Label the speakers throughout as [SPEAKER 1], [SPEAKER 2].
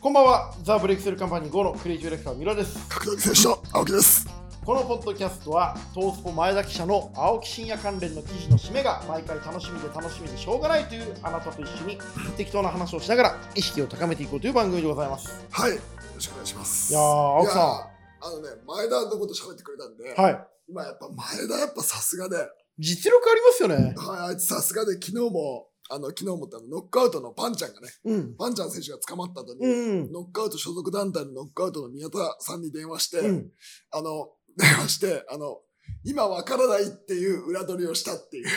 [SPEAKER 1] こんばんは、ザ・ブレイクセルカンパニー5のクリエイティブディレクター、ミラです。
[SPEAKER 2] 格闘技選手の青木です。
[SPEAKER 1] このポッドキャストは、トースポ前田記者の青木真也関連の記事の締めが毎回楽しみで楽しみでしょうがないというあなたと一緒に適当な話をしながら意識を高めていこうという番組でございます。
[SPEAKER 2] はい、よろしくお願いします。
[SPEAKER 1] いやー、青木
[SPEAKER 2] いや
[SPEAKER 1] さ
[SPEAKER 2] ーあのね、前田のこと喋ってくれたんで、
[SPEAKER 1] ん、はい。
[SPEAKER 2] 今やっぱ前田やっぱさすがで、はい、
[SPEAKER 1] 実力ありますよね。
[SPEAKER 2] あいつさすがで、昨日も、あの、昨日もってあの、ノックアウトのパンちゃんがね、
[SPEAKER 1] うん。
[SPEAKER 2] パンちゃん選手が捕まった後に、
[SPEAKER 1] うん。
[SPEAKER 2] ノックアウト所属団体のノックアウトの宮田さんに電話して、
[SPEAKER 1] うん。
[SPEAKER 2] あの、電話して、あの、今わからないっていう裏取りをしたっていう、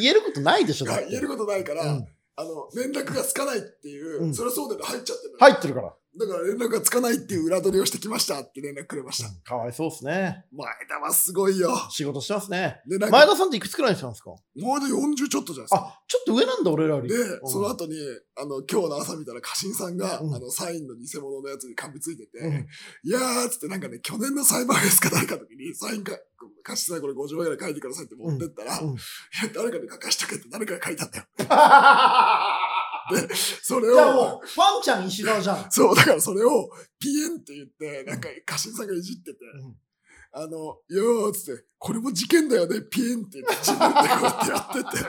[SPEAKER 1] 言えることないでしょ、だって
[SPEAKER 2] 言えることないから、
[SPEAKER 1] うん
[SPEAKER 2] あの、連絡がつかないっていう、
[SPEAKER 1] うん
[SPEAKER 2] それそうだよね、入っちゃってる、
[SPEAKER 1] 入ってるから。
[SPEAKER 2] だから連絡がつかないっていう裏取りをしてきましたって連絡くれました。
[SPEAKER 1] かわいそうですね。
[SPEAKER 2] 前田はすごいよ。
[SPEAKER 1] 仕事してますね。
[SPEAKER 2] で、なん
[SPEAKER 1] 前
[SPEAKER 2] か、
[SPEAKER 1] 田さんっていくつくらいの人なんですか
[SPEAKER 2] 前田40ちょっとじゃないですか。
[SPEAKER 1] あ、ちょっと上なんだ、俺らより。
[SPEAKER 2] で
[SPEAKER 1] う、ん
[SPEAKER 2] その後に、あの、今日の朝見たら、家臣さんが、
[SPEAKER 1] うん
[SPEAKER 2] あの、サインの偽物のやつに噛みついてて、
[SPEAKER 1] うん
[SPEAKER 2] いやーっつってなんかね、去年のサイバーフェスか誰かの時に、サインか、家臣さんこれ50枚ぐらい書いてくださいって持ってったら、
[SPEAKER 1] うんうん
[SPEAKER 2] いや、誰かに書かしとけって誰かが書いたんだよ。
[SPEAKER 1] じ
[SPEAKER 2] それ
[SPEAKER 1] ゃあもう、
[SPEAKER 2] を、
[SPEAKER 1] ファンちゃん石田じゃん。
[SPEAKER 2] そう、だからそれを、ピエンって言って、なんか、家臣さんがいじってて、
[SPEAKER 1] うん
[SPEAKER 2] あの、よーっつって、これも事件だよね、ピエンって言って、自分でこうやってやってて。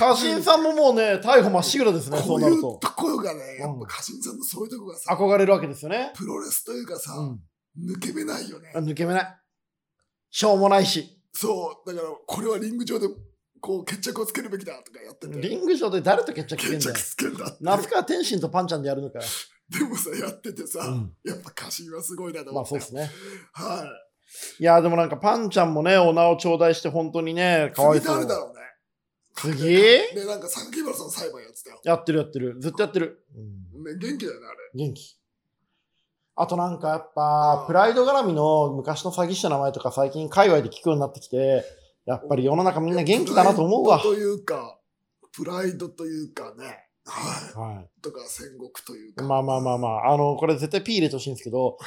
[SPEAKER 1] 家臣さんももうね、逮捕まっしぐら ですね、
[SPEAKER 2] こ
[SPEAKER 1] そう
[SPEAKER 2] う
[SPEAKER 1] な
[SPEAKER 2] いう
[SPEAKER 1] る
[SPEAKER 2] と
[SPEAKER 1] と。
[SPEAKER 2] ころがね、や
[SPEAKER 1] う
[SPEAKER 2] っ
[SPEAKER 1] ん
[SPEAKER 2] ぱ家臣さんのそういうとこがさ、
[SPEAKER 1] 憧れるわけですよね。
[SPEAKER 2] プロレスというかさ、
[SPEAKER 1] うん。
[SPEAKER 2] 抜け目ないよね
[SPEAKER 1] あ。抜け目ない。しょうもないし。
[SPEAKER 2] そう、だからこれはリング上でこう決着をつけるべきだとかやってて、
[SPEAKER 1] リング上で誰と決着して
[SPEAKER 2] 決
[SPEAKER 1] んだ
[SPEAKER 2] 着
[SPEAKER 1] よ。
[SPEAKER 2] つけんだって。
[SPEAKER 1] 夏川天心とパンちゃんでやるのかよ。
[SPEAKER 2] でもさ、やっててさ、
[SPEAKER 1] うん
[SPEAKER 2] やっぱ家臣はすごいなと
[SPEAKER 1] ま
[SPEAKER 2] 思
[SPEAKER 1] あ
[SPEAKER 2] って。
[SPEAKER 1] そうですね。
[SPEAKER 2] はい。
[SPEAKER 1] いや、でもなんかパンちゃんもね、お名を頂戴して本当にね、かわい
[SPEAKER 2] 次
[SPEAKER 1] そ
[SPEAKER 2] 誰だ
[SPEAKER 1] う。
[SPEAKER 2] ろうね。
[SPEAKER 1] 次
[SPEAKER 2] で、なんか榊原さん裁判やってたよ。
[SPEAKER 1] やってるやってる。ずっとやってる。うん
[SPEAKER 2] ね、元気だよね、あれ。
[SPEAKER 1] 元気。あとなんかやっぱ、プライド絡みの昔の詐欺師の名前とか最近海外で聞くようになってきて、やっぱり世の中みんな元気だなと思うわ
[SPEAKER 2] プ。ライドというか、プライドというかね、は。
[SPEAKER 1] はい
[SPEAKER 2] とか戦国という
[SPEAKER 1] い。
[SPEAKER 2] か。
[SPEAKER 1] まあまあまあまあ、あの、これ絶対 P 入れてほしいんですけど、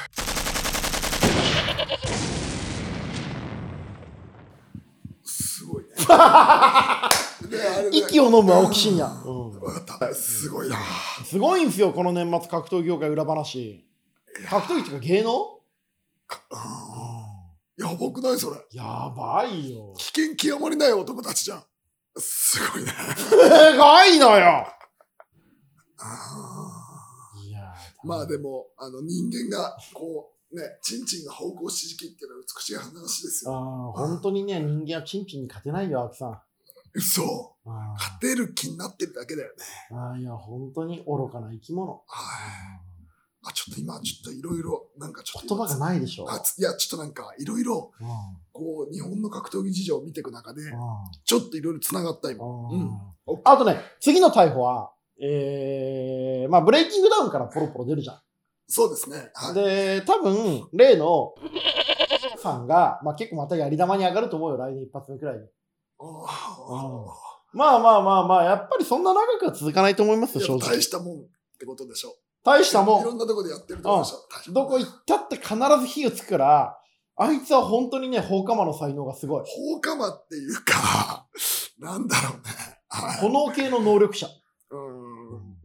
[SPEAKER 2] す ごいね。であれね
[SPEAKER 1] 息を飲む青木真也。う
[SPEAKER 2] わかったすごいな。
[SPEAKER 1] んすごいんですよ、この年末格闘技業界裏話。格闘技っていうか芸能
[SPEAKER 2] うんやばくないそれ。
[SPEAKER 1] やばいよ。
[SPEAKER 2] 危険極まりない男たちじゃん。すごいね。
[SPEAKER 1] すごいのよ
[SPEAKER 2] あ
[SPEAKER 1] いや
[SPEAKER 2] ーまあでも、あの人間が、こう、ね、ちんちんが方向指示器っていうのは美しい話です
[SPEAKER 1] あ
[SPEAKER 2] よ。
[SPEAKER 1] ー本当にね、人間はチンチンに勝てないよ、青木さん。
[SPEAKER 2] 嘘。
[SPEAKER 1] あー
[SPEAKER 2] 勝てる気になってるだけだよね。
[SPEAKER 1] あーいや、本当に愚かな生き物。
[SPEAKER 2] はい。あ、ちょっと今、ちょっといろいろ、なんかちょっと
[SPEAKER 1] 言
[SPEAKER 2] 今。
[SPEAKER 1] 葉がないでしょ。
[SPEAKER 2] あついや、ちょっとなんか、いろいろ、
[SPEAKER 1] うん
[SPEAKER 2] こう、日本の格闘技事情を見ていく中で、
[SPEAKER 1] う
[SPEAKER 2] ちょっといろいろ繋がった今。
[SPEAKER 1] ん
[SPEAKER 2] う
[SPEAKER 1] うんん
[SPEAKER 2] オッケー
[SPEAKER 1] あとね、次の逮捕は、えー、まあ、ブレイキングダウンからポロポロ出るじゃ
[SPEAKER 2] そうですね。
[SPEAKER 1] ん。
[SPEAKER 2] はい。
[SPEAKER 1] で、多分、例の、さんが、まあ、結構またやり玉に上がると思うよ、来年一発目くらいに。
[SPEAKER 2] あ
[SPEAKER 1] まあまあまあまあ、やっぱりそんな長くは続かないと思います
[SPEAKER 2] ー
[SPEAKER 1] よ、
[SPEAKER 2] いや
[SPEAKER 1] 正
[SPEAKER 2] 大
[SPEAKER 1] 直。
[SPEAKER 2] したもんってことでしょ。
[SPEAKER 1] 大した
[SPEAKER 2] い
[SPEAKER 1] も
[SPEAKER 2] ろ
[SPEAKER 1] ん、
[SPEAKER 2] んなとこでやってるってことでしょ。大した
[SPEAKER 1] どこ行ったって必ず火をつくから、あいつは本当にね、放火魔の才能がすごい。
[SPEAKER 2] 放火魔っていうか、 なんだろうね。はい。
[SPEAKER 1] 炎系の能力者。
[SPEAKER 2] う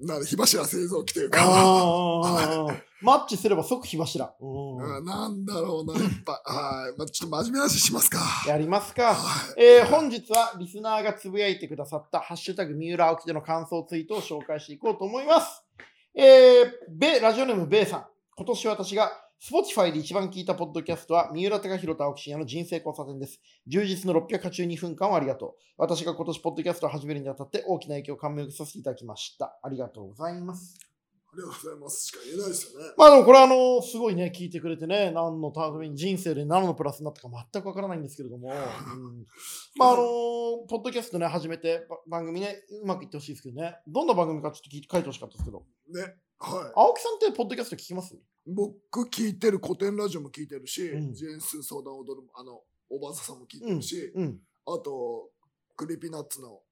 [SPEAKER 2] ん。なんで火柱製造機というか、
[SPEAKER 1] ああ、マッチすれば即火柱。う
[SPEAKER 2] うんなんだろうな、やっぱ。はい。まあ、ちょっと真面目な話しますか。
[SPEAKER 1] ん、やりますか。
[SPEAKER 2] はい。
[SPEAKER 1] えー本日はリスナーがつぶやいてくださった「ハッシュタグ三浦青木」での感想ツイートを紹介していこうと思います。えー、べラジオネームベイさん。今年私が Spotify で一番聞いたポッドキャストは三浦貴弘と青木真也の人生交差点です。充実の682分間をありがとう。私が今年ポッドキャストを始めるにあたって大きな影響を感銘を受けさせていただきました。ありがとうございます。
[SPEAKER 2] ありがとうございます。しか言えないですよね。
[SPEAKER 1] まあでもこれあの、すごいね、聞いてくれてね、何のために人生で何のプラスになったか全くわからないんですけれども、うんまああのポッドキャストね、始めてば番組ね、うまくいってほしいですけどね、どんな番組かちょっと聞いて書いてほしかったですけど、
[SPEAKER 2] ね。はい。
[SPEAKER 1] 青木さんってポッドキャスト聞きます
[SPEAKER 2] 僕聞いてる古典ラジオも聞いてるし、
[SPEAKER 1] うん
[SPEAKER 2] ジェーンスー相談踊るもあのおばあさんも聞いてるし、
[SPEAKER 1] うん。
[SPEAKER 2] あとクリーピーナッツの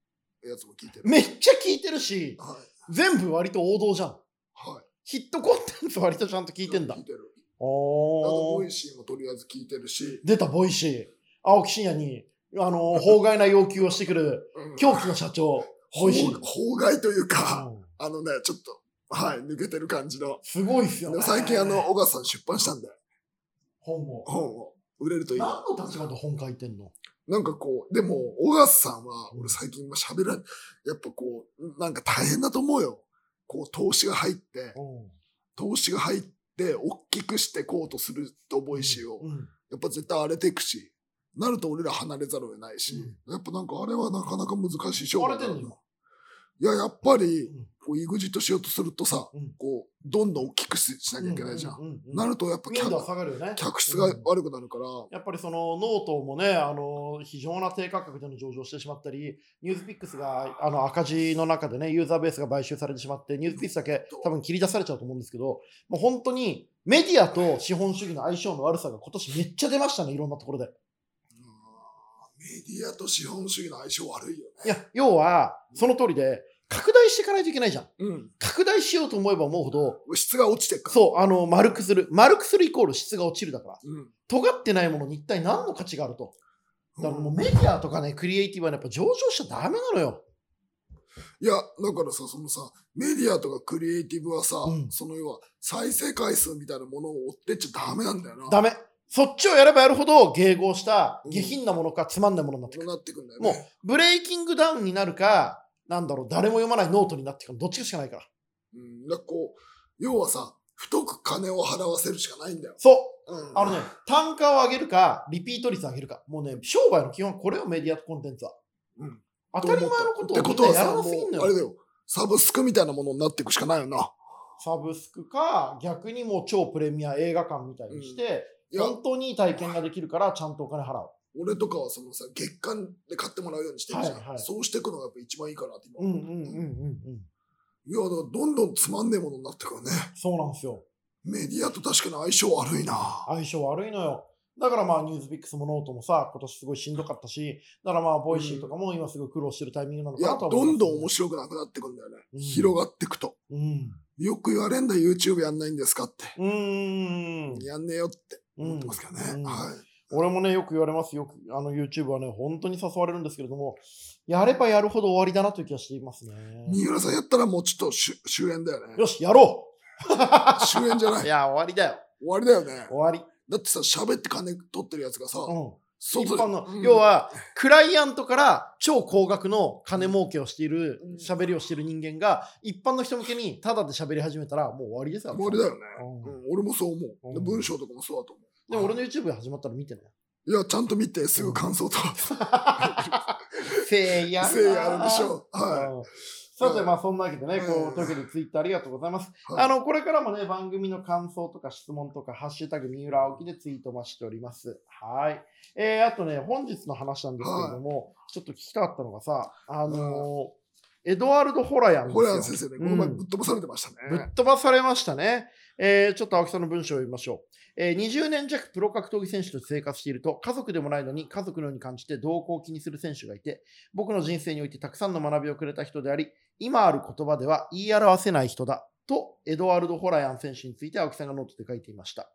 [SPEAKER 2] やつも聞いて る
[SPEAKER 1] めっちゃ聞いてるし、
[SPEAKER 2] はい
[SPEAKER 1] 全部割と王道じゃん。
[SPEAKER 2] はい
[SPEAKER 1] ヒットコンテンツ割とちゃんと聞いてんだ
[SPEAKER 2] 聞い。てるあと
[SPEAKER 1] お
[SPEAKER 2] ボ
[SPEAKER 1] ー
[SPEAKER 2] イ。シーもとりあえず聞いてるし、
[SPEAKER 1] 出たボイシー。青木真也に、あ の法外な要求をしてくる、
[SPEAKER 2] うん
[SPEAKER 1] 狂気の社長、ボイシー。
[SPEAKER 2] 法法外というか、
[SPEAKER 1] うん
[SPEAKER 2] あのね、ちょっと、はい、抜けてる感じの。
[SPEAKER 1] すごいっす
[SPEAKER 2] で
[SPEAKER 1] よね。
[SPEAKER 2] も最近あの、小川さん出版したんで、
[SPEAKER 1] 本も。
[SPEAKER 2] 本を。売れるといいな
[SPEAKER 1] 何。の立場で本書いてんの
[SPEAKER 2] なんかこう、でも、小川さんは、俺最近は喋らん、やっぱこう、なんか大変だと思うよ。こう、投資が入って、投資が入って、大きくしてこうとすると思いしを、
[SPEAKER 1] うんうん
[SPEAKER 2] やっぱ絶対荒れていくし、なると俺ら離れざるを得ないし、やっぱなんかあれはなかなか難しい勝負だな
[SPEAKER 1] 荒れてんの
[SPEAKER 2] いや、やっぱり
[SPEAKER 1] うん、
[SPEAKER 2] こう、イグジットしようとするとさ、
[SPEAKER 1] うん
[SPEAKER 2] こう、どんどん大きくししなきゃいけないじゃん。
[SPEAKER 1] ううううん
[SPEAKER 2] なるとやっぱ
[SPEAKER 1] 頻度は
[SPEAKER 2] 客
[SPEAKER 1] 下がるよね。
[SPEAKER 2] 客室が悪くなるから、
[SPEAKER 1] やっぱりそのノートもね、あの非常な低価格での上場してしまったり、ニュースピックスがあの赤字の中でね、ユーザーベースが買収されてしまって、ニュースピックスだけ多分切り出されちゃうと思うんですけど、もう本当にメディアと資本主義の相性の悪さが今年めっちゃ出ましたね、いろんなところで。
[SPEAKER 2] メディアと資本主義の相性悪いよ
[SPEAKER 1] いや、要はその通りで、拡大していかないといけないじゃん。
[SPEAKER 2] ね。
[SPEAKER 1] 拡大しようと思えば思うほど、
[SPEAKER 2] うん。質が落ちてっから。
[SPEAKER 1] そう、あの、丸くする。丸くするイコール質が落ちるだから。
[SPEAKER 2] うん。
[SPEAKER 1] 尖ってないものに一体何の価値があると。だからもうメディアとかね、クリエイティブはねやっぱ上場しちゃダメなのよ。
[SPEAKER 2] いや、だからさ、そのさ、メディアとかクリエイティブはさ、
[SPEAKER 1] うん
[SPEAKER 2] その要は再生回数みたいなものを追ってっちゃダメなんだよな。
[SPEAKER 1] ダメ。そっちをやればやるほど迎合した
[SPEAKER 2] うん
[SPEAKER 1] 下品なものかつまんないものになってく
[SPEAKER 2] そう
[SPEAKER 1] る。
[SPEAKER 2] なってくんだよ
[SPEAKER 1] もう
[SPEAKER 2] ね。
[SPEAKER 1] ブレイキングダウンになるか、なんだろう、誰も読まないノートになってくる。どっちかしかないから。
[SPEAKER 2] う。ん。だからこう、要はさ、太く金を払わせるしかないんだよ。
[SPEAKER 1] そう。
[SPEAKER 2] うん
[SPEAKER 1] あのね、単価を上げるか、リピート率上げるか。もうね、商売の基本はこれよ、メディアとコンテンツは。
[SPEAKER 2] うん
[SPEAKER 1] 当たり前のこと
[SPEAKER 2] って
[SPEAKER 1] をみ
[SPEAKER 2] こ
[SPEAKER 1] ん
[SPEAKER 2] と
[SPEAKER 1] な
[SPEAKER 2] は
[SPEAKER 1] や
[SPEAKER 2] さ、
[SPEAKER 1] ら
[SPEAKER 2] も
[SPEAKER 1] なすぎん
[SPEAKER 2] う、
[SPEAKER 1] の
[SPEAKER 2] あ
[SPEAKER 1] よ
[SPEAKER 2] れだ。よ。サブスクみたいなものになっていくしかないよな。
[SPEAKER 1] サブスクか、逆にもう超プレミア映画館みたいにして、
[SPEAKER 2] いや、
[SPEAKER 1] 本当にいい体験ができるから、ちゃんとお金払う。
[SPEAKER 2] 俺とかはそのさ、月間で買ってもらうようにしてるじゃん。
[SPEAKER 1] はいはい
[SPEAKER 2] そうしていくのがやっぱ一番いいかなって今。
[SPEAKER 1] うんうん
[SPEAKER 2] い
[SPEAKER 1] うんうんうん。
[SPEAKER 2] や、だからどんどんつまんねえものになってくるね。
[SPEAKER 1] そうなんですよ。
[SPEAKER 2] メディアと確かに相性悪いな。
[SPEAKER 1] 相性悪いのよ。だからまあ、ニュースビックスもノートもさ、今年すごいしんどかったし、だからまあ、ボイシーとかも今すごい苦労してるタイミングなの
[SPEAKER 2] い
[SPEAKER 1] か
[SPEAKER 2] や、
[SPEAKER 1] なとは
[SPEAKER 2] ど
[SPEAKER 1] 思
[SPEAKER 2] んどん
[SPEAKER 1] いま
[SPEAKER 2] 面
[SPEAKER 1] す
[SPEAKER 2] 白くなくなってくんだよね。
[SPEAKER 1] うん
[SPEAKER 2] 広がってくと。
[SPEAKER 1] うん。
[SPEAKER 2] よく言われんだ、YouTube やんないんですかって。
[SPEAKER 1] うーん。
[SPEAKER 2] やんねえよって
[SPEAKER 1] う
[SPEAKER 2] 思っ
[SPEAKER 1] ん
[SPEAKER 2] てますけどね。
[SPEAKER 1] うん
[SPEAKER 2] はい。
[SPEAKER 1] 俺もね、よく言われます。よく、あの、YouTube はね、本当に誘われるんですけれども、やればやるほど終わりだなという気がしていますね。
[SPEAKER 2] 三浦さんやったらもうちょっと終終焉だ よね。
[SPEAKER 1] よし、やろ
[SPEAKER 2] 終焉じゃな
[SPEAKER 1] う
[SPEAKER 2] い。
[SPEAKER 1] い
[SPEAKER 2] 終
[SPEAKER 1] や、終わりだよ。
[SPEAKER 2] わりだよね。
[SPEAKER 1] 終わり。
[SPEAKER 2] だってさ、喋って金取ってるやつがさ、
[SPEAKER 1] うん。一
[SPEAKER 2] 外で
[SPEAKER 1] 般の、
[SPEAKER 2] うん
[SPEAKER 1] 要は、クライアントから超高額の金儲けをしている
[SPEAKER 2] うん、
[SPEAKER 1] 喋りをしている人間が、一般の人向けにタダで喋り始めたら、もう終わりですよ。
[SPEAKER 2] 終わりだよね。
[SPEAKER 1] う
[SPEAKER 2] うんん、俺もそう思う。で
[SPEAKER 1] うん
[SPEAKER 2] 文章とかもそうだと思
[SPEAKER 1] でも俺の YouTube が始まったら見 てね。
[SPEAKER 2] う。いや、ちゃんと見て、すぐ感想と。
[SPEAKER 1] せいや。
[SPEAKER 2] せいやるでしょ。
[SPEAKER 1] うん。
[SPEAKER 2] は
[SPEAKER 1] さて、まあそんなわけでね、こ
[SPEAKER 2] うん
[SPEAKER 1] う、というわけでツイッターありがとうございます。
[SPEAKER 2] い。はい
[SPEAKER 1] あ、の、これからもね、番組の感想とか質問とか、ハッシュタグ、三浦青木でツイートもしております。はい。えー、あとね、本日の話なんですけれども、ちょっと聞きたかったのがさ、あのーエドワルド・ホラヤンですよ
[SPEAKER 2] ホラン先生ね、この前
[SPEAKER 1] うん
[SPEAKER 2] ぶっ飛ばされてました
[SPEAKER 1] ぶっ
[SPEAKER 2] ね。
[SPEAKER 1] 飛ばされましたね。えーちょっと青木さんの文章を読みましょう、えー20年弱プロ格闘技選手として生活していると、家族でもないのに家族のように感じて動向を気にする選手がいて、僕の人生においてたくさんの学びをくれた人であり、今ある言葉では言い表せない人だ。と、エドワルド・ホラヤン選手について青木さんがノートで書いていました。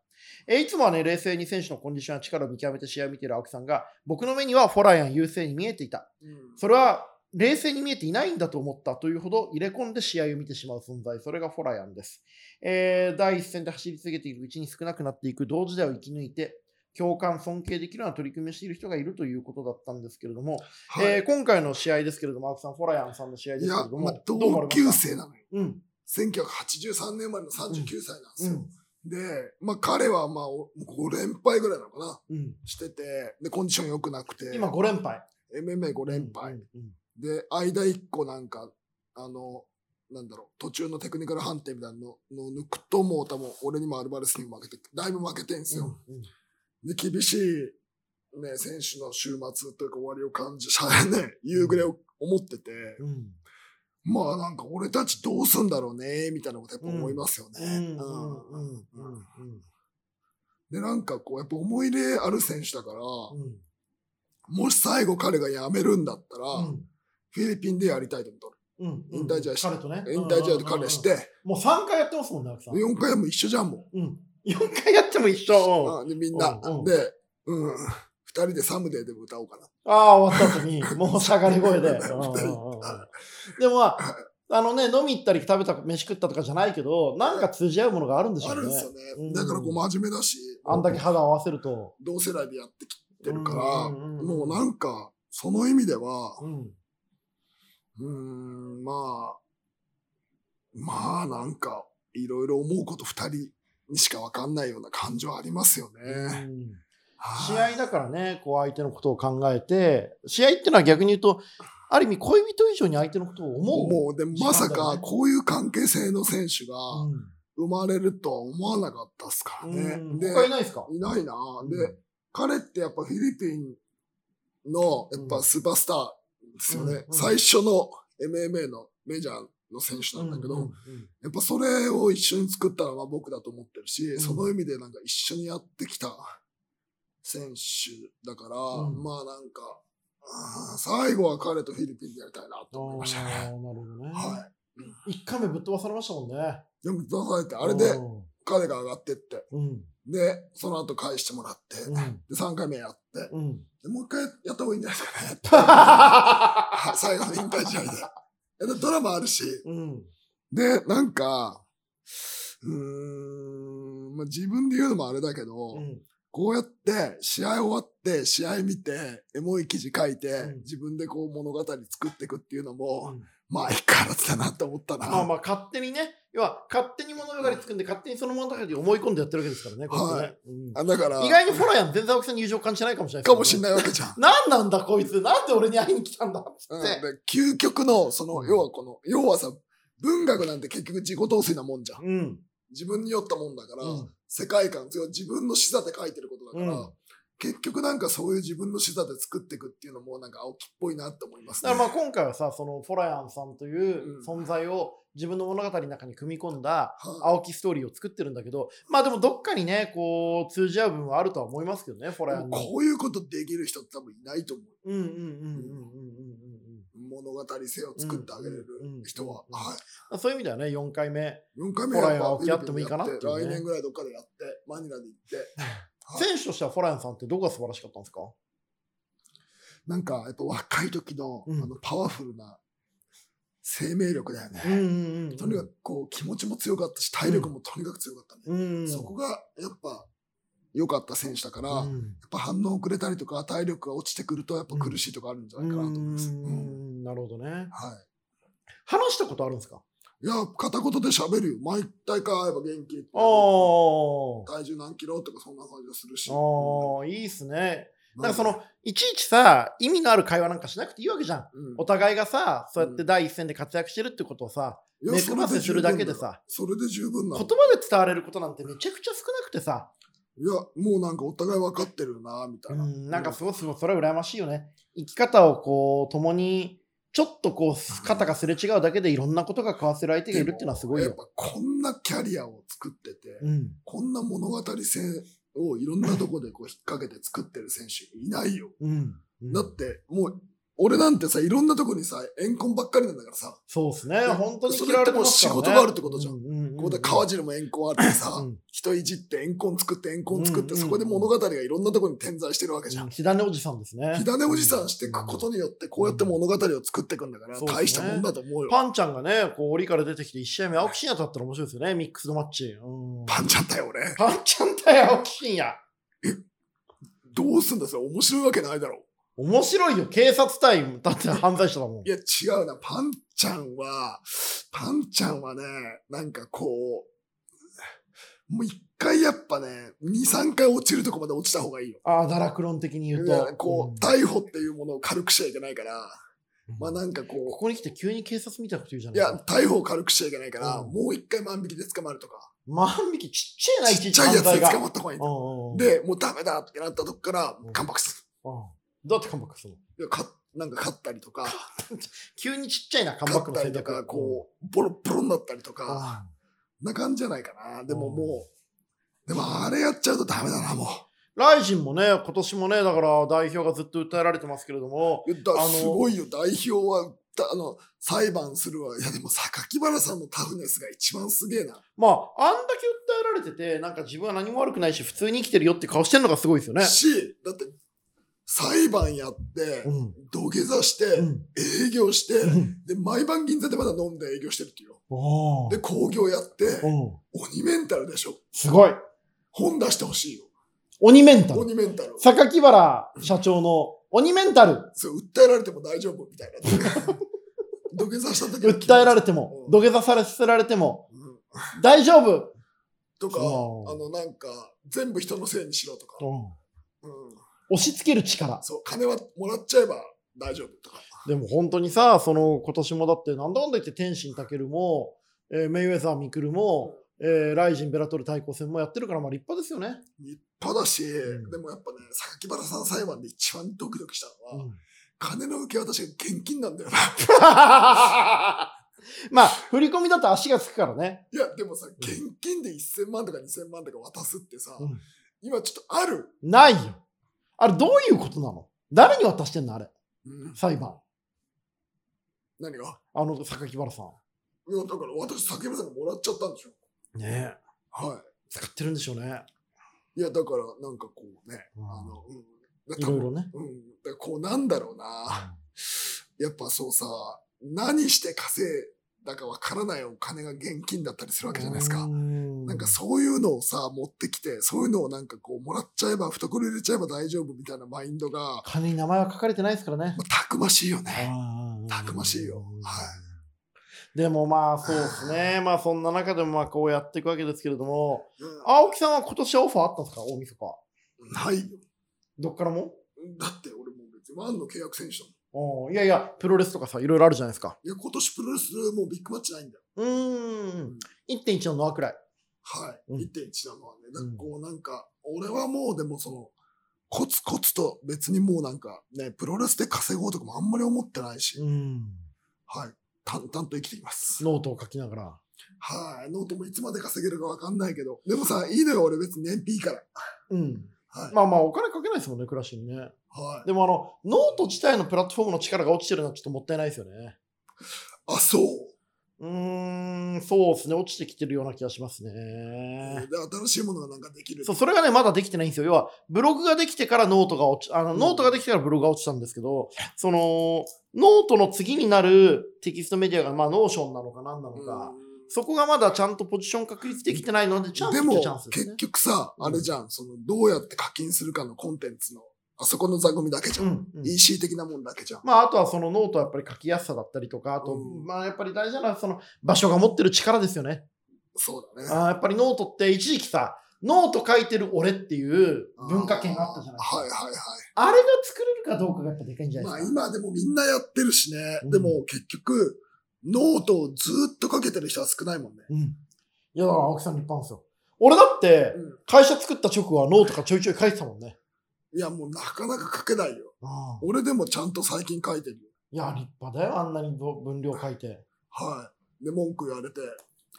[SPEAKER 1] えーいつもはね、冷静に選手のコンディションや力を見極めて試合を見ている青木さんが、僕の目にはホラヤン優勢に見えていた。
[SPEAKER 2] うん
[SPEAKER 1] それは冷静に見えていないんだと思ったというほど入れ込んで試合を見てしまう存在、それがフォラヤンです。えー第一線で走り続けているうちに少なくなっていく同時代を生き抜いて、共感、尊敬できるような取り組みをしている人がいるということだったんですけれども、
[SPEAKER 2] はい
[SPEAKER 1] えー今回の試合ですけれども、青木さん、フォラヤンさんの試合で
[SPEAKER 2] い
[SPEAKER 1] すけ
[SPEAKER 2] や
[SPEAKER 1] れど、も、
[SPEAKER 2] まあ、
[SPEAKER 1] どう思わ
[SPEAKER 2] 同
[SPEAKER 1] れま
[SPEAKER 2] 級
[SPEAKER 1] した
[SPEAKER 2] 生なのよ。
[SPEAKER 1] うん、
[SPEAKER 2] 1983年生まれの39歳なんです
[SPEAKER 1] う
[SPEAKER 2] よ。
[SPEAKER 1] ん、
[SPEAKER 2] で、まあ彼はまあお5連敗ぐらいなのかな
[SPEAKER 1] うん。
[SPEAKER 2] してて、で、コンディション良くなくて、
[SPEAKER 1] 今5連敗。
[SPEAKER 2] MMA5 連敗。
[SPEAKER 1] うんうん
[SPEAKER 2] で、間1個なんか、あの、なんだろう、途中のテクニカル判定みたいなのの抜くともう多分俺にもアルバレスにも負けて、だいぶ負けてんすよ。
[SPEAKER 1] うんうん
[SPEAKER 2] で、厳しい、ね、選手の週末というか終わりを感じ、しゃね、夕暮れを思ってて、
[SPEAKER 1] うん
[SPEAKER 2] まあなんか俺たちどうすんだろうね、みたいなことやっぱ思いますよね。
[SPEAKER 1] うんうんうん
[SPEAKER 2] う
[SPEAKER 1] んうんうん
[SPEAKER 2] で、なんかこう、やっぱ思い入れある選手だか
[SPEAKER 1] う
[SPEAKER 2] ら、
[SPEAKER 1] ん
[SPEAKER 2] もし最後彼が辞めるんだったら、フィリピンでやりたいと思っ
[SPEAKER 1] うんうん
[SPEAKER 2] 引退試合して
[SPEAKER 1] 彼とね
[SPEAKER 2] た。引退試合で彼し。
[SPEAKER 1] うんうんうん
[SPEAKER 2] て、
[SPEAKER 1] もう3回やってますもんね、青木さん。
[SPEAKER 2] で4回も一緒じゃんも
[SPEAKER 1] うん。4回やっても一緒。うん
[SPEAKER 2] う。うんで、みんな
[SPEAKER 1] うんうん。
[SPEAKER 2] で、うん。二人でサムデーでも歌おうかな。
[SPEAKER 1] ああ、終わった後に、もうしゃがり声で。うんうんうんでもまあ、あのね、飲み行ったり食べた、飯食ったとかじゃないけど、なんか通じ合うものがあるんでしょ
[SPEAKER 2] あ
[SPEAKER 1] う
[SPEAKER 2] るん
[SPEAKER 1] ね
[SPEAKER 2] で。すよね
[SPEAKER 1] うん。
[SPEAKER 2] だからこう真面目だし、
[SPEAKER 1] あんだけ肌を合わせると。
[SPEAKER 2] 同世代でやってきてるから、
[SPEAKER 1] うんうん
[SPEAKER 2] もうなんか、その意味では、
[SPEAKER 1] うん。
[SPEAKER 2] うーん、まあ、まあなんか、いろいろ思うこと二人にしかわかんないような感情ありますよ
[SPEAKER 1] う
[SPEAKER 2] ね。
[SPEAKER 1] ん
[SPEAKER 2] はい
[SPEAKER 1] 試合だからね、こう相手のことを考えて、試合ってのは逆に言うと、ある意味恋人以上に相手のことを思う。
[SPEAKER 2] もう、でもまさ
[SPEAKER 1] 時間だよ
[SPEAKER 2] か
[SPEAKER 1] ね
[SPEAKER 2] こういう関係性の選手が
[SPEAKER 1] う
[SPEAKER 2] 生まれるとは思わなかったですから
[SPEAKER 1] ん。
[SPEAKER 2] ね。
[SPEAKER 1] うん
[SPEAKER 2] で、
[SPEAKER 1] 他いないですか
[SPEAKER 2] いないな。で、
[SPEAKER 1] うん
[SPEAKER 2] 彼ってやっぱフィリピンのやっぱスーパースターですよね。
[SPEAKER 1] うんうん
[SPEAKER 2] 最初の MMA のメジャーの選手なんだけど、
[SPEAKER 1] うんうん
[SPEAKER 2] やっぱそれを一緒に作ったのは僕だと思ってるし、
[SPEAKER 1] ん
[SPEAKER 2] その意味でなんか一緒にやってきた選手だから、
[SPEAKER 1] うん
[SPEAKER 2] まあなんか、うん最後は彼とフィリピンでやりたいなと思いました
[SPEAKER 1] あーな
[SPEAKER 2] ね。
[SPEAKER 1] るほどね。
[SPEAKER 2] は
[SPEAKER 1] 一回目ぶっ飛ばされましたもんね。
[SPEAKER 2] い。でも出されて、あれで彼が上がってって、
[SPEAKER 1] うん。
[SPEAKER 2] で、その後返してもらって、
[SPEAKER 1] うん。
[SPEAKER 2] で、3回目やって、
[SPEAKER 1] うん。
[SPEAKER 2] でもう一回やった方がいいんじゃないですかねって。はい最後の引退試合で。えでドラマあるし、
[SPEAKER 1] うん。
[SPEAKER 2] で、なんか、うーん、まあ、自分で言うのもあれだけど、
[SPEAKER 1] うん。
[SPEAKER 2] こうやって試合終わって、試合見て、エモい記事書いて、
[SPEAKER 1] うん
[SPEAKER 2] 自分でこう物語作っていくっていうのも、
[SPEAKER 1] うん
[SPEAKER 2] まあ、いいからずだなって思ったな。
[SPEAKER 1] まあまあ勝手にね、要は勝手に物語作んで、勝手にその物語を思い込んでやってるわけですからね、こうやってねうん
[SPEAKER 2] あだから、
[SPEAKER 1] 意外にフォラヤン全然青木さんに友情感じてないかもしれない
[SPEAKER 2] かもしれ
[SPEAKER 1] ない。
[SPEAKER 2] ないわけじゃん。
[SPEAKER 1] 何なんだこいつ、なんで俺に会いに来たんだっつ
[SPEAKER 2] うん、
[SPEAKER 1] っ
[SPEAKER 2] で
[SPEAKER 1] て。
[SPEAKER 2] 究極の、その、
[SPEAKER 1] うん
[SPEAKER 2] 要はこの、要はさ、文学なんて結局自己陶酔なもんじゃん。
[SPEAKER 1] うん。
[SPEAKER 2] 自分に酔ったもんだから、
[SPEAKER 1] うん
[SPEAKER 2] 世界観、それは自分の視座で書いてることだから、
[SPEAKER 1] うん
[SPEAKER 2] 結局なんかそういう自分の視座で作っていくっていうのもなんか青木っぽいなって思います
[SPEAKER 1] だ
[SPEAKER 2] ね。
[SPEAKER 1] からまあ今回はさ、そのフォラヤンさんという
[SPEAKER 2] うん
[SPEAKER 1] 存在を自分の物語の中に組み込んだ
[SPEAKER 2] はい
[SPEAKER 1] 青木ストーリーを作ってるんだけど、まあでもどっかにね、こう通じ合う部分はあるとは思いますけどね、フォラヤンに。
[SPEAKER 2] こういうことできる人って多分いないと思う。
[SPEAKER 1] うんうんうんうんうんうんうん。
[SPEAKER 2] 物語性を作ってあげれる人は。
[SPEAKER 1] うんうんうん
[SPEAKER 2] はい。
[SPEAKER 1] そういう意味ではね、4回目。
[SPEAKER 2] 4回目
[SPEAKER 1] ほら
[SPEAKER 2] やっぱ
[SPEAKER 1] 青木やってもいいかなっていうね
[SPEAKER 2] 来年ぐらいどっかでやって、マニラで行って。はい
[SPEAKER 1] 選手としてはフォラヤンさんってどこが素晴らしかったんですか
[SPEAKER 2] なんか、やっぱ若い時の、
[SPEAKER 1] うん
[SPEAKER 2] あの、パワフルな生命力だよね。
[SPEAKER 1] んう
[SPEAKER 2] とにかくこう、気持ちも強かったし、体力もとにかく強かったね。
[SPEAKER 1] うん。
[SPEAKER 2] そこが、やっぱ、良かった選手だから、
[SPEAKER 1] う
[SPEAKER 2] やっ
[SPEAKER 1] ん
[SPEAKER 2] ぱ反応遅れたりとか、体力が落ちてくると、やっぱ苦しいとかあるんじゃないかなと思います。
[SPEAKER 1] う
[SPEAKER 2] うん
[SPEAKER 1] んなるほどね。
[SPEAKER 2] はい。
[SPEAKER 1] 話したことあるんですか
[SPEAKER 2] いや、片言で喋るよ。毎大会会えば元気って。
[SPEAKER 1] ああ。
[SPEAKER 2] 体重何キロとかそんな感じがするし。
[SPEAKER 1] ああ、いいっすね。
[SPEAKER 2] うん
[SPEAKER 1] なんかそ、の、いちいちさ、意味のある会話なんかしなくていいわけじゃん。
[SPEAKER 2] うん
[SPEAKER 1] お互いがさ、そうやって第一線で活躍してるってことをさ、
[SPEAKER 2] いや
[SPEAKER 1] 目くばせするだけで。さ、
[SPEAKER 2] それで十分な
[SPEAKER 1] 言
[SPEAKER 2] の
[SPEAKER 1] 葉で伝われることなんてめちゃくちゃ少なくてさ、
[SPEAKER 2] いや、もうなんかお互い分かってるな、みたいな。
[SPEAKER 1] うん、なんかすごいすごい、それは羨ましいよね。生き方をこう、共に、ちょっとこう、肩がすれ違うだけでいろんなことが交わせる相手がいるっていうのはすごい
[SPEAKER 2] やっ
[SPEAKER 1] よ。
[SPEAKER 2] ぱこんなキャリアを作ってて、
[SPEAKER 1] うん。
[SPEAKER 2] こんな物語性をいろんなとこでこう引っ掛けて作ってる選手いないよ。
[SPEAKER 1] うん。
[SPEAKER 2] だって、もう、俺なんてさ、いろんなとこにさ、怨恨ばっかりなんだからさ、
[SPEAKER 1] そうですね。
[SPEAKER 2] や
[SPEAKER 1] 本当に嫌われてますから、ね、
[SPEAKER 2] それってもう仕事があるってことじゃん
[SPEAKER 1] うんうんうん
[SPEAKER 2] ここで川尻も怨恨あってさ、
[SPEAKER 1] うん
[SPEAKER 2] 人いじって怨恨作って怨恨作って、
[SPEAKER 1] うんうん
[SPEAKER 2] そこで物語がいろんなところに点在してるわけじゃん。
[SPEAKER 1] 火種おじさんですね。
[SPEAKER 2] 火種おじさんしていくことによって、こうやって物語を作っていくんだから、
[SPEAKER 1] そうですね
[SPEAKER 2] 大したもんだと思うよ。
[SPEAKER 1] パンちゃんがね、こう、檻から出てきて1試合目、青木真也とだったら面白いですよね。ミックスのマッチ。うん、
[SPEAKER 2] パンちゃんだよ、俺。
[SPEAKER 1] パンちゃんだよ、青木真也。
[SPEAKER 2] どうすんだ、それ面白いわけないだろ
[SPEAKER 1] 面白いよ。警察隊、だって犯罪者だもん
[SPEAKER 2] う。い。や、違うな、パンちゃんは、パンちゃんはね、なんかこう、もう一回やっぱね、二、三回落ちるとこまで落ちた方がいいよ。
[SPEAKER 1] ああ、堕落論的に言う
[SPEAKER 2] いや
[SPEAKER 1] と。ん
[SPEAKER 2] こう、逮捕っていうものを軽くしちゃいけないから、まあなんか
[SPEAKER 1] こ
[SPEAKER 2] こ
[SPEAKER 1] こに来て急に警察みたいなこと言うじゃ
[SPEAKER 2] う、
[SPEAKER 1] ないい
[SPEAKER 2] や、逮捕を軽くしちゃいけないから、
[SPEAKER 1] うん
[SPEAKER 2] もう一回万引きで捕まるとか、
[SPEAKER 1] 万引きちっちゃいな、い
[SPEAKER 2] ち
[SPEAKER 1] ち
[SPEAKER 2] っ
[SPEAKER 1] い
[SPEAKER 2] ち
[SPEAKER 1] ち
[SPEAKER 2] ゃい
[SPEAKER 1] 犯
[SPEAKER 2] やつで
[SPEAKER 1] 罪が。
[SPEAKER 2] 捕まった方がいい。
[SPEAKER 1] うんうんうん、
[SPEAKER 2] で、もうダメだってなったとこから
[SPEAKER 1] うん、
[SPEAKER 2] 関白す
[SPEAKER 1] うん、どうやってカムバックするの
[SPEAKER 2] る。いやかなんか勝ったりとか、
[SPEAKER 1] 急にちっちゃいな、カムバッ
[SPEAKER 2] 勝
[SPEAKER 1] ク
[SPEAKER 2] っ
[SPEAKER 1] の
[SPEAKER 2] たり
[SPEAKER 1] 戦
[SPEAKER 2] と
[SPEAKER 1] 略
[SPEAKER 2] か、こう、ボロッボロになったりとか、な感じじゃないかな。でも
[SPEAKER 1] うん
[SPEAKER 2] もう、でもあれやっちゃうとダメだな、も
[SPEAKER 1] ライジンもね、今年もね、だから代表がずっと訴えられてますけれども、
[SPEAKER 2] う。だ
[SPEAKER 1] あの
[SPEAKER 2] すごいよ、代表は、だあの、裁判するわ。いや、でも、榊原さんのタフネスが一番すげえな。
[SPEAKER 1] まあ、あんだけ訴えられてて、なんか自分は何も悪くないし、普通に生きてるよって顔してるのがすごいですよね。
[SPEAKER 2] し、だって、裁判やって、
[SPEAKER 1] うん。
[SPEAKER 2] 土下座して、
[SPEAKER 1] うん。
[SPEAKER 2] 営業して、
[SPEAKER 1] うん。
[SPEAKER 2] で、毎晩銀座でまだ飲んで営業してるっていうよ。
[SPEAKER 1] お
[SPEAKER 2] で、興行やって、
[SPEAKER 1] お
[SPEAKER 2] 鬼メンタルでしょ。
[SPEAKER 1] すごい。
[SPEAKER 2] 本出してほしいよ。
[SPEAKER 1] 鬼メンタル。
[SPEAKER 2] 鬼メンタル。
[SPEAKER 1] 榊原社長の鬼メンタル。
[SPEAKER 2] そう、訴えられても大丈夫みたい な。土下座した時は
[SPEAKER 1] 訴えられても、土下座されせられても、
[SPEAKER 2] うん
[SPEAKER 1] 大丈夫。
[SPEAKER 2] と
[SPEAKER 1] う
[SPEAKER 2] か、
[SPEAKER 1] ん
[SPEAKER 2] あの、なんか、全部人のせいにしろとか。うん
[SPEAKER 1] 押し付ける力。
[SPEAKER 2] そう、金はもらっちゃえば大丈夫とか。
[SPEAKER 1] でも本当にさ、その今年もだって、なんだかんだ言って天心健も、えーメイウェザー・ミクルも、えーライジン・ベラトル対抗戦もやってるから、まあ立派ですよね。
[SPEAKER 2] 立派だし、
[SPEAKER 1] うん
[SPEAKER 2] でもやっぱね、榊原さん裁判で一番ドキドキしたのは、
[SPEAKER 1] うん
[SPEAKER 2] 金の受け渡しが現金なんだよな。
[SPEAKER 1] まあ、振り込みだと足がつくからね。
[SPEAKER 2] いや、でもさ、現金で1000万とか2000万とか渡すってさ、
[SPEAKER 1] うん
[SPEAKER 2] 今ちょっとある、
[SPEAKER 1] ないよ。あれ、どういうことなの誰に渡してんのあれ、裁判。
[SPEAKER 2] 何が
[SPEAKER 1] あの、榊原さ
[SPEAKER 2] いや、だから私、榊原さんがもらっちゃったんでしょ。
[SPEAKER 1] ん。ねえ。
[SPEAKER 2] は
[SPEAKER 1] 使ってるんでしょうね。
[SPEAKER 2] い。いや、だから、なんかこうね、
[SPEAKER 1] うん
[SPEAKER 2] あの、うん。だ
[SPEAKER 1] いろいろね。
[SPEAKER 2] うん。だからこうなんだろうな。やっぱそうさ、何して稼いだかわからないお金が現金だったりするわけじゃないですか。な
[SPEAKER 1] なん
[SPEAKER 2] かそういうのをさ、持ってきて、そういうのをなんかこう、もらっちゃえば、懐入れちゃえば大丈夫みたいなマインドが、まあ
[SPEAKER 1] 金に名前は書かれてないですからね。
[SPEAKER 2] たくましいよね。た
[SPEAKER 1] た。
[SPEAKER 2] くましいよはい
[SPEAKER 1] でもまあそうですね。 まあそんな中でもまあこうやっていくわけですけれども、
[SPEAKER 2] うん
[SPEAKER 1] 青木さんは今年はオファーあったんですか大晦日。
[SPEAKER 2] ないよ。
[SPEAKER 1] どっからも
[SPEAKER 2] だって俺もう別にワンの契約選手だもん。
[SPEAKER 1] おーいやいや、プロレスとかさ、いろいろあるじゃないですか。
[SPEAKER 2] いや、今年プロレスもうビッグマッチないんだよ。
[SPEAKER 1] うーん。1.1のノアくらい。
[SPEAKER 2] はい。
[SPEAKER 1] うん
[SPEAKER 2] 1.1なのはね。だ
[SPEAKER 1] う
[SPEAKER 2] か
[SPEAKER 1] ん
[SPEAKER 2] らこうなんか、俺はもうでもその、コツコツと別にもうなんかね、プロレスで稼ごうとかもあんまり思ってないし、
[SPEAKER 1] うん。
[SPEAKER 2] はい。淡々と生きています。
[SPEAKER 1] ノートを書きながら。
[SPEAKER 2] はい。ノートもいつまで稼げるかわかんないけど。でもさ、いいのよ、俺別に燃費いいから。
[SPEAKER 1] うん。
[SPEAKER 2] はい。
[SPEAKER 1] まあまあお金かけないですもんね、暮らしにね。
[SPEAKER 2] はい。
[SPEAKER 1] でもあの、ノート自体のプラットフォームの力が落ちてるのはちょっともったいないですよね。
[SPEAKER 2] あ、そう。
[SPEAKER 1] うーん、そうですね。落ちてきてるような気がします
[SPEAKER 2] で
[SPEAKER 1] ね。
[SPEAKER 2] 新しいものがなんかできる。
[SPEAKER 1] そう、それがね、まだできてないんですよ。要は、ブログができてからノートが落ち、あの、
[SPEAKER 2] うん
[SPEAKER 1] ノートができてからブログが落ちたんですけど、その、ノートの次になるテキストメディアが、まあ、ノーションなのか何なの
[SPEAKER 2] うん
[SPEAKER 1] か、そこがまだちゃんとポジション確立できてないので、チャンス
[SPEAKER 2] で
[SPEAKER 1] っちゃ
[SPEAKER 2] も
[SPEAKER 1] チャンス、です
[SPEAKER 2] 結
[SPEAKER 1] ね。
[SPEAKER 2] 局さ、あれじゃん、その、どうやって課金するかのコンテンツの、あそこの座組だけじゃ。
[SPEAKER 1] うんん、うん
[SPEAKER 2] EC 的なもんだけじゃん。
[SPEAKER 1] まあ、あとはそのノートはやっぱり書きやすさだったりとか、あと、
[SPEAKER 2] うん
[SPEAKER 1] まあ、やっぱり大事なのはその場所が持ってる力ですよね。
[SPEAKER 2] そうだね。
[SPEAKER 1] あーやっぱりノートって一時期さ、ノート書いてる俺っていう文化圏があったじゃないですか。
[SPEAKER 2] はいはいはい。
[SPEAKER 1] あれが作れるかどうかがやっぱでかいんじゃ
[SPEAKER 2] ま
[SPEAKER 1] な
[SPEAKER 2] あ
[SPEAKER 1] いですか。
[SPEAKER 2] 今でもみんなやってるしね。
[SPEAKER 1] うん
[SPEAKER 2] でも結局、ノートをずっとかけてる人は少ないもんね。
[SPEAKER 1] うん。いや、だから青木さん立派なんですよ。俺だって、
[SPEAKER 2] うん
[SPEAKER 1] 会社作った直後はノートかちょいちょい書いてたもんね。
[SPEAKER 2] いやもうなかなか書けないよ。
[SPEAKER 1] ああ
[SPEAKER 2] 俺でもちゃんと最近書いてるよ。
[SPEAKER 1] いや、立派だよ、あんなに分量書いて。
[SPEAKER 2] はい。で、文句言われて。
[SPEAKER 1] だ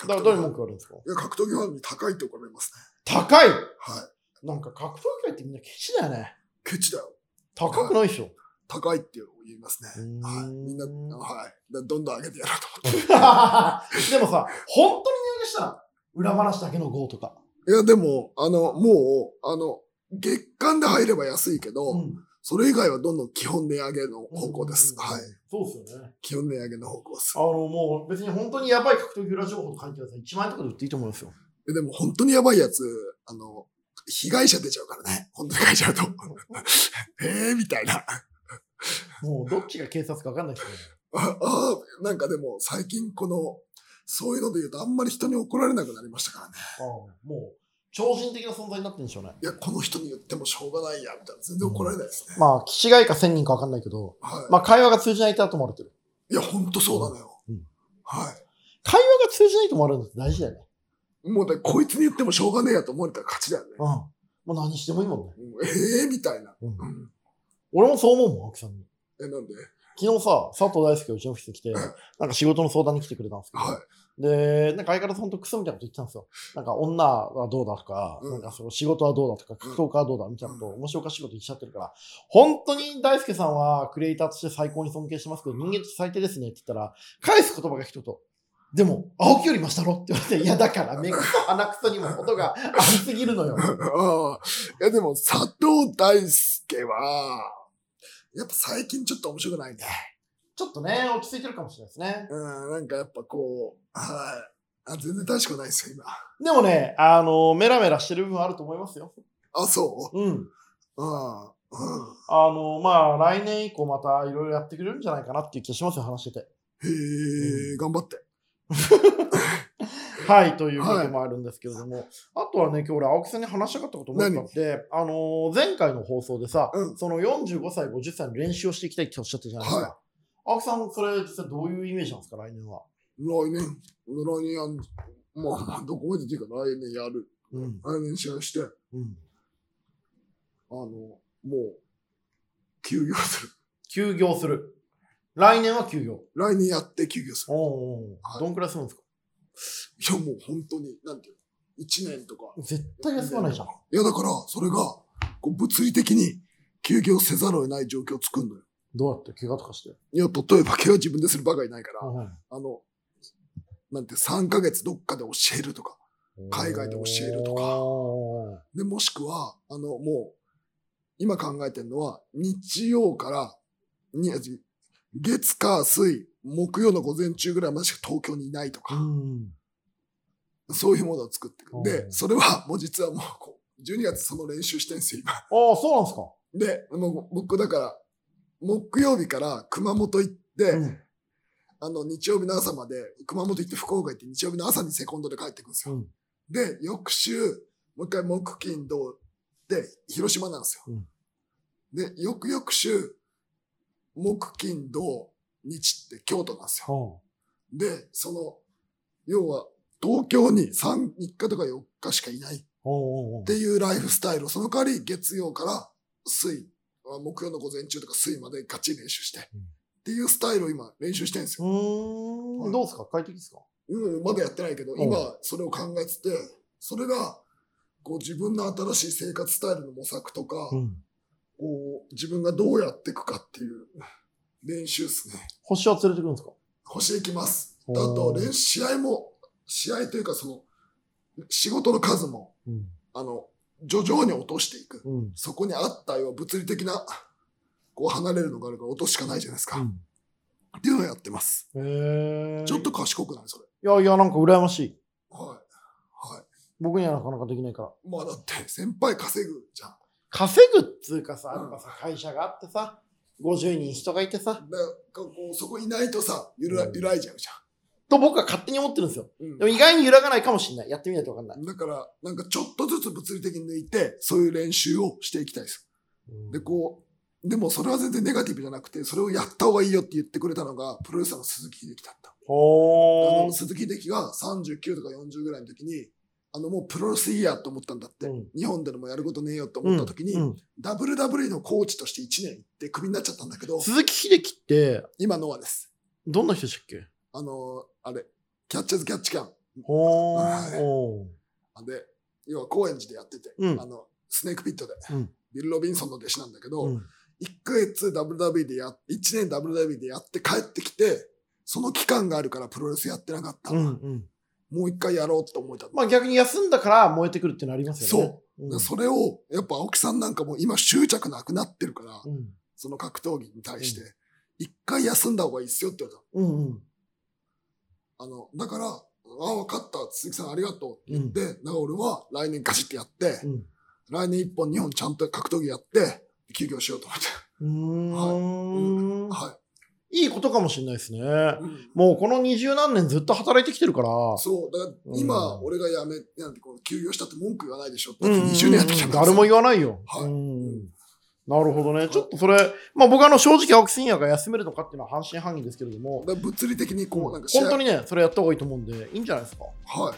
[SPEAKER 2] 格闘技
[SPEAKER 1] 誰に文句言われるんですか
[SPEAKER 2] いや、格闘技ファンに高いって怒られます
[SPEAKER 1] 高い
[SPEAKER 2] ね。はい。
[SPEAKER 1] なんか格闘技界ってみんなケチだよね。
[SPEAKER 2] ケチだよ。
[SPEAKER 1] 高くないでしょ。
[SPEAKER 2] 高いって言いますね
[SPEAKER 1] うーん。
[SPEAKER 2] はい。みんな、はい。だどんどん上げてやろうと思って。
[SPEAKER 1] でもさ、本当に入荷したら、裏話だけの GO とか。
[SPEAKER 2] いや、でも、あの、もう、あの、月間で入れば安いけど、
[SPEAKER 1] うん
[SPEAKER 2] それ以外はどんどん基本値上げの方向です。
[SPEAKER 1] うんうんうん
[SPEAKER 2] はい。
[SPEAKER 1] そうですよね。
[SPEAKER 2] 基本値上げの方向です
[SPEAKER 1] あ。の、もう別に本当にやばい格闘技裏情報とか書いてください。1万円とかで売っていいと思いますよ。
[SPEAKER 2] ででも本当にやばいやつ、あの、被害者出ちゃうからね。本当に書いちゃうと。 えーみたいな。
[SPEAKER 1] もうどっちが警察か分かんないですよね。
[SPEAKER 2] ああー、 なんかでも最近この、そういうので言うとあんまり人に怒られなくなりましたからね。
[SPEAKER 1] ああもう超人的な存在になってるんでしょうね。
[SPEAKER 2] いや、この人に言ってもしょうがないや、みたいな。全然怒られないですね。
[SPEAKER 1] まあ、気違いか1000人か分かんないけど、
[SPEAKER 2] はい。
[SPEAKER 1] まあ、会話が通じないと思われてる。
[SPEAKER 2] いや、本当そうなのよ。
[SPEAKER 1] うん
[SPEAKER 2] はい。
[SPEAKER 1] 会話が通じないと思われるのって大事だよね。
[SPEAKER 2] もうだ、こいつに言ってもしょうがねえやと思われたら勝ちだよね。
[SPEAKER 1] うん。もう何してもいいもんね。
[SPEAKER 2] うんええー、みたいな。
[SPEAKER 1] うん
[SPEAKER 2] うん
[SPEAKER 1] 俺もそう思うもん、青木さんに。
[SPEAKER 2] え、なんで
[SPEAKER 1] 昨日さ、佐藤大輔がうちのオフィスに来て、なんか仕事の相談に来てくれたんですけど、
[SPEAKER 2] はい。
[SPEAKER 1] で、なんか相変わらず本当クソみたいなこと言ってたんですよ。なんか女はどうだとか、
[SPEAKER 2] うん
[SPEAKER 1] なんかその仕事はどうだとか、
[SPEAKER 2] うん
[SPEAKER 1] 格闘家はどうだみたいなことを面白おかしいこと言っちゃってるから、本当に大輔さんはクリエイターとして最高に尊敬してますけど、人間として最低ですねって言ったら、返す言葉が一言。でも、青木よりマシだろって言われて、いやだから、目くそ鼻くそにも音がありすぎるのよ。
[SPEAKER 2] ああ。いや、でも、佐藤大輔は、やっぱ最近ちょっと面白くないね。
[SPEAKER 1] ちょっとね、落ち着いてるかもしれないですね。
[SPEAKER 2] うん、なんかやっぱこう、はい。あ、全然大しくないですよ、今。
[SPEAKER 1] でもね、あの、メラメラしてる部分あると思いますよ。
[SPEAKER 2] あ、そ
[SPEAKER 1] うん。
[SPEAKER 2] ううん。うん。
[SPEAKER 1] あの、まあ、来年以降またいろいろやってくれるんじゃないかなっていう気がしますよ、話してて。
[SPEAKER 2] へえ、頑張って。
[SPEAKER 1] はい、ということもあるんですけれども、あとはね、今日俺、青木さんに話したかったこと思ったって、あのー前回の放送でさ、
[SPEAKER 2] うん
[SPEAKER 1] その45歳、50歳の練習をしていきたいっておっしゃったじゃないですか。
[SPEAKER 2] はい
[SPEAKER 1] 青木さん、それ、実際どういうイメージなんですか、来年は。
[SPEAKER 2] 来年、来年やん、まあまあ、どこまでっていうか来年やる。
[SPEAKER 1] うん。
[SPEAKER 2] 来年試合して、あ
[SPEAKER 1] うん。
[SPEAKER 2] の、もう、休業する。
[SPEAKER 1] 休業する。来年は休業。
[SPEAKER 2] 来年やって休業する。
[SPEAKER 1] おうおう
[SPEAKER 2] はい
[SPEAKER 1] どんくらいするんですか
[SPEAKER 2] いや、もう本当に、なんていうの、1年とか。
[SPEAKER 1] 絶対休まないじゃん。
[SPEAKER 2] いや、だから、それが、こう物理的に休業せざるを得ない状況を作るのよ。
[SPEAKER 1] どうやって怪我とかして。
[SPEAKER 2] いや、例えば、怪我自分でするバカいないから、
[SPEAKER 1] うん
[SPEAKER 2] あの、なんて、3ヶ月どっかで教えるとか。海外で教えるとか
[SPEAKER 1] おう
[SPEAKER 2] で、もしくは、あの、もう、今考えてるのは、日曜から、に月、火、水、木曜の午前中ぐらいまでしか東京にいないと
[SPEAKER 1] う
[SPEAKER 2] か、
[SPEAKER 1] ん。
[SPEAKER 2] そういうものを作っていく。
[SPEAKER 1] う
[SPEAKER 2] で、
[SPEAKER 1] ん
[SPEAKER 2] それは、もう実はもうこう、12月その練習してんすよ、今。
[SPEAKER 1] ああ、そうなんですか。
[SPEAKER 2] で、もう僕だから、木曜日から熊本行って、
[SPEAKER 1] うん
[SPEAKER 2] あの、日曜日の朝まで、熊本行って福岡行って、日曜日の朝にセコンドで帰ってくるんですよ。
[SPEAKER 1] うん
[SPEAKER 2] で、翌週、もう一回木金土で、広島なんですよ。
[SPEAKER 1] うん
[SPEAKER 2] で、翌々週、木金土日って京都なんですよ。
[SPEAKER 1] おう
[SPEAKER 2] で、その、要は、東京に3、3日とか4日しかいないっ
[SPEAKER 1] おうおうおう
[SPEAKER 2] ていうライフスタイルを、その代わり月曜から水、あ木曜の午前中とか水までガチ練習して、
[SPEAKER 1] うん
[SPEAKER 2] っていうスタイルを今練習してるんですよ
[SPEAKER 1] うー
[SPEAKER 2] は
[SPEAKER 1] ん。
[SPEAKER 2] い
[SPEAKER 1] どうですか快適ですか
[SPEAKER 2] うん、まだやってないけど、
[SPEAKER 1] ん
[SPEAKER 2] 今、それを考えてて、それが、こう自分の新しい生活スタイルの模索とか、
[SPEAKER 1] ん。
[SPEAKER 2] こう自分がどうやっていくかっていう練習ですね。
[SPEAKER 1] 星は連れてくるんですか
[SPEAKER 2] 星行きます。
[SPEAKER 1] お
[SPEAKER 2] あ
[SPEAKER 1] ー
[SPEAKER 2] と、練試合も、試合というかその、仕事の数も、
[SPEAKER 1] うん。
[SPEAKER 2] あの、徐々に落としていく。
[SPEAKER 1] うん。
[SPEAKER 2] そこにあったよ、物理的な、こう離れるのがあるから落としかないじゃないですか。っていうのをやってます。
[SPEAKER 1] へえ。
[SPEAKER 2] ちょっと。賢くないそれ。
[SPEAKER 1] いやいや、なんか羨ましい。
[SPEAKER 2] はい。はい。
[SPEAKER 1] 僕にはなかなかできないから。
[SPEAKER 2] まあだって、先輩稼ぐじゃん。
[SPEAKER 1] 稼ぐっつうかさ、やっぱさ、会社があってさ、50人人がいてさ、
[SPEAKER 2] なんかこうそこいないとさ揺ら
[SPEAKER 1] うん
[SPEAKER 2] 揺らいじゃうじ
[SPEAKER 1] と僕は勝手に思ってるんですよ。
[SPEAKER 2] ゃん、
[SPEAKER 1] でも意外に揺らがないかもしれない。やってみないとわかんない。
[SPEAKER 2] だからなんかちょっとずつ物理的に抜いてそういう練習をしていきたいですでこうでもそれは全然ネガティブじゃなくてそれをやった方がいいよって言ってくれたのがプロレスラーの鈴木秀樹だったあ
[SPEAKER 1] ほ
[SPEAKER 2] の鈴木秀樹が39とか40ぐらいの時にあのもうプロレスいいやと思ったんだって、
[SPEAKER 1] うん
[SPEAKER 2] 日本でのもやることねえよと思った時に、
[SPEAKER 1] うん
[SPEAKER 2] WWE のコーチとして1年行ってクビになっちゃったんだけど
[SPEAKER 1] 鈴木秀樹って、
[SPEAKER 2] 今ノアです
[SPEAKER 1] どんな人でしたっけ
[SPEAKER 2] あのあれキャッチャーズキャッチキャン
[SPEAKER 1] ほ
[SPEAKER 2] はい
[SPEAKER 1] おー
[SPEAKER 2] で、要は高円寺でやってて、
[SPEAKER 1] うん
[SPEAKER 2] あの、スネークピットで、
[SPEAKER 1] うん
[SPEAKER 2] ビル・ロビンソンの弟子なんだけど、
[SPEAKER 1] う
[SPEAKER 2] 1
[SPEAKER 1] ん
[SPEAKER 2] ヶ月 WW でや、1年 WW でやって帰ってきて、その期間があるからプロレスやってなかった。
[SPEAKER 1] うんうん。
[SPEAKER 2] もう一回やろうと思えたの、
[SPEAKER 1] まあ逆に休んだから燃えてくるってのありますよね。
[SPEAKER 2] そう。それを、やっぱ青木さんなんかも今執着なくなってるから、
[SPEAKER 1] うん。
[SPEAKER 2] その格闘技に対して
[SPEAKER 1] う、
[SPEAKER 2] 一回休んだ方がいいっすよって言われ
[SPEAKER 1] うんうん
[SPEAKER 2] たの。あの、だから、ああ、わかった、鈴木さんありがとう
[SPEAKER 1] う
[SPEAKER 2] っ
[SPEAKER 1] ん。
[SPEAKER 2] て、だから俺は来年ガチってやって、
[SPEAKER 1] うん
[SPEAKER 2] 来年一本二本ちゃんと格闘技やって、休業しようと思って。
[SPEAKER 1] うーん
[SPEAKER 2] はい
[SPEAKER 1] いことかもしれないですね。
[SPEAKER 2] い。
[SPEAKER 1] もうこの二十何年ずっと働いてきてるから。
[SPEAKER 2] そう、だから
[SPEAKER 1] う
[SPEAKER 2] 今、
[SPEAKER 1] ん
[SPEAKER 2] 俺が辞め、なんてこう休業したって文句言わないでしょ。
[SPEAKER 1] う
[SPEAKER 2] だ
[SPEAKER 1] ん
[SPEAKER 2] って
[SPEAKER 1] うんうん
[SPEAKER 2] 20年やってきたんだから
[SPEAKER 1] 誰も言わないよ。
[SPEAKER 2] はい
[SPEAKER 1] うんなるほどね。ちょっとそれ、まあ僕はあの正直青木真也が休めるのかっていうのは半信半疑ですけれども、
[SPEAKER 2] だから物理的にこう、なん
[SPEAKER 1] 本
[SPEAKER 2] か試合
[SPEAKER 1] 当にね、それやった方がいいと思うんで、いいんじゃないですか。
[SPEAKER 2] はい。
[SPEAKER 1] あ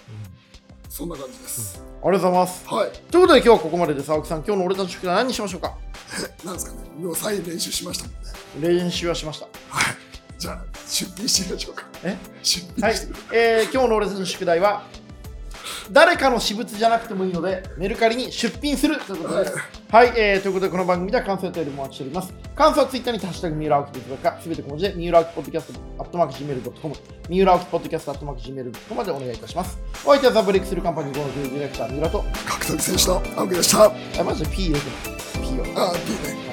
[SPEAKER 2] そんな感じで
[SPEAKER 1] り
[SPEAKER 2] す。
[SPEAKER 1] がとうございます。
[SPEAKER 2] はい。
[SPEAKER 1] ということで今日はここまでです。青木さん、今日の俺たちの宿題何にしましょうか
[SPEAKER 2] なんですかね。もうサイン練習しましたもんね。
[SPEAKER 1] 練習はしました。
[SPEAKER 2] はい。じゃあ、出品してみましょうか。
[SPEAKER 1] え
[SPEAKER 2] 出
[SPEAKER 1] は
[SPEAKER 2] 品
[SPEAKER 1] い
[SPEAKER 2] してみ、
[SPEAKER 1] えー今日の俺たちの宿題は誰かの私物じゃなくてもいいのでメルカリに出品するということです。はい、えーということでこの番組では感想やお便りもお待ちしております。感想はツイッターにてハッシュタグ三浦青木ですとか、すべて小文字で三浦青木ポッドキャストアットマーク Gmail.com、三浦青木ポッドキャストアットマーク Gmail.com までお願いいたします。お相手はザブレイクスルーカンパニー5のディレクター三浦と、
[SPEAKER 2] 格闘技選手の青木でした。あ
[SPEAKER 1] あ、マジで P 入れてない。P は。
[SPEAKER 2] ー、P ね。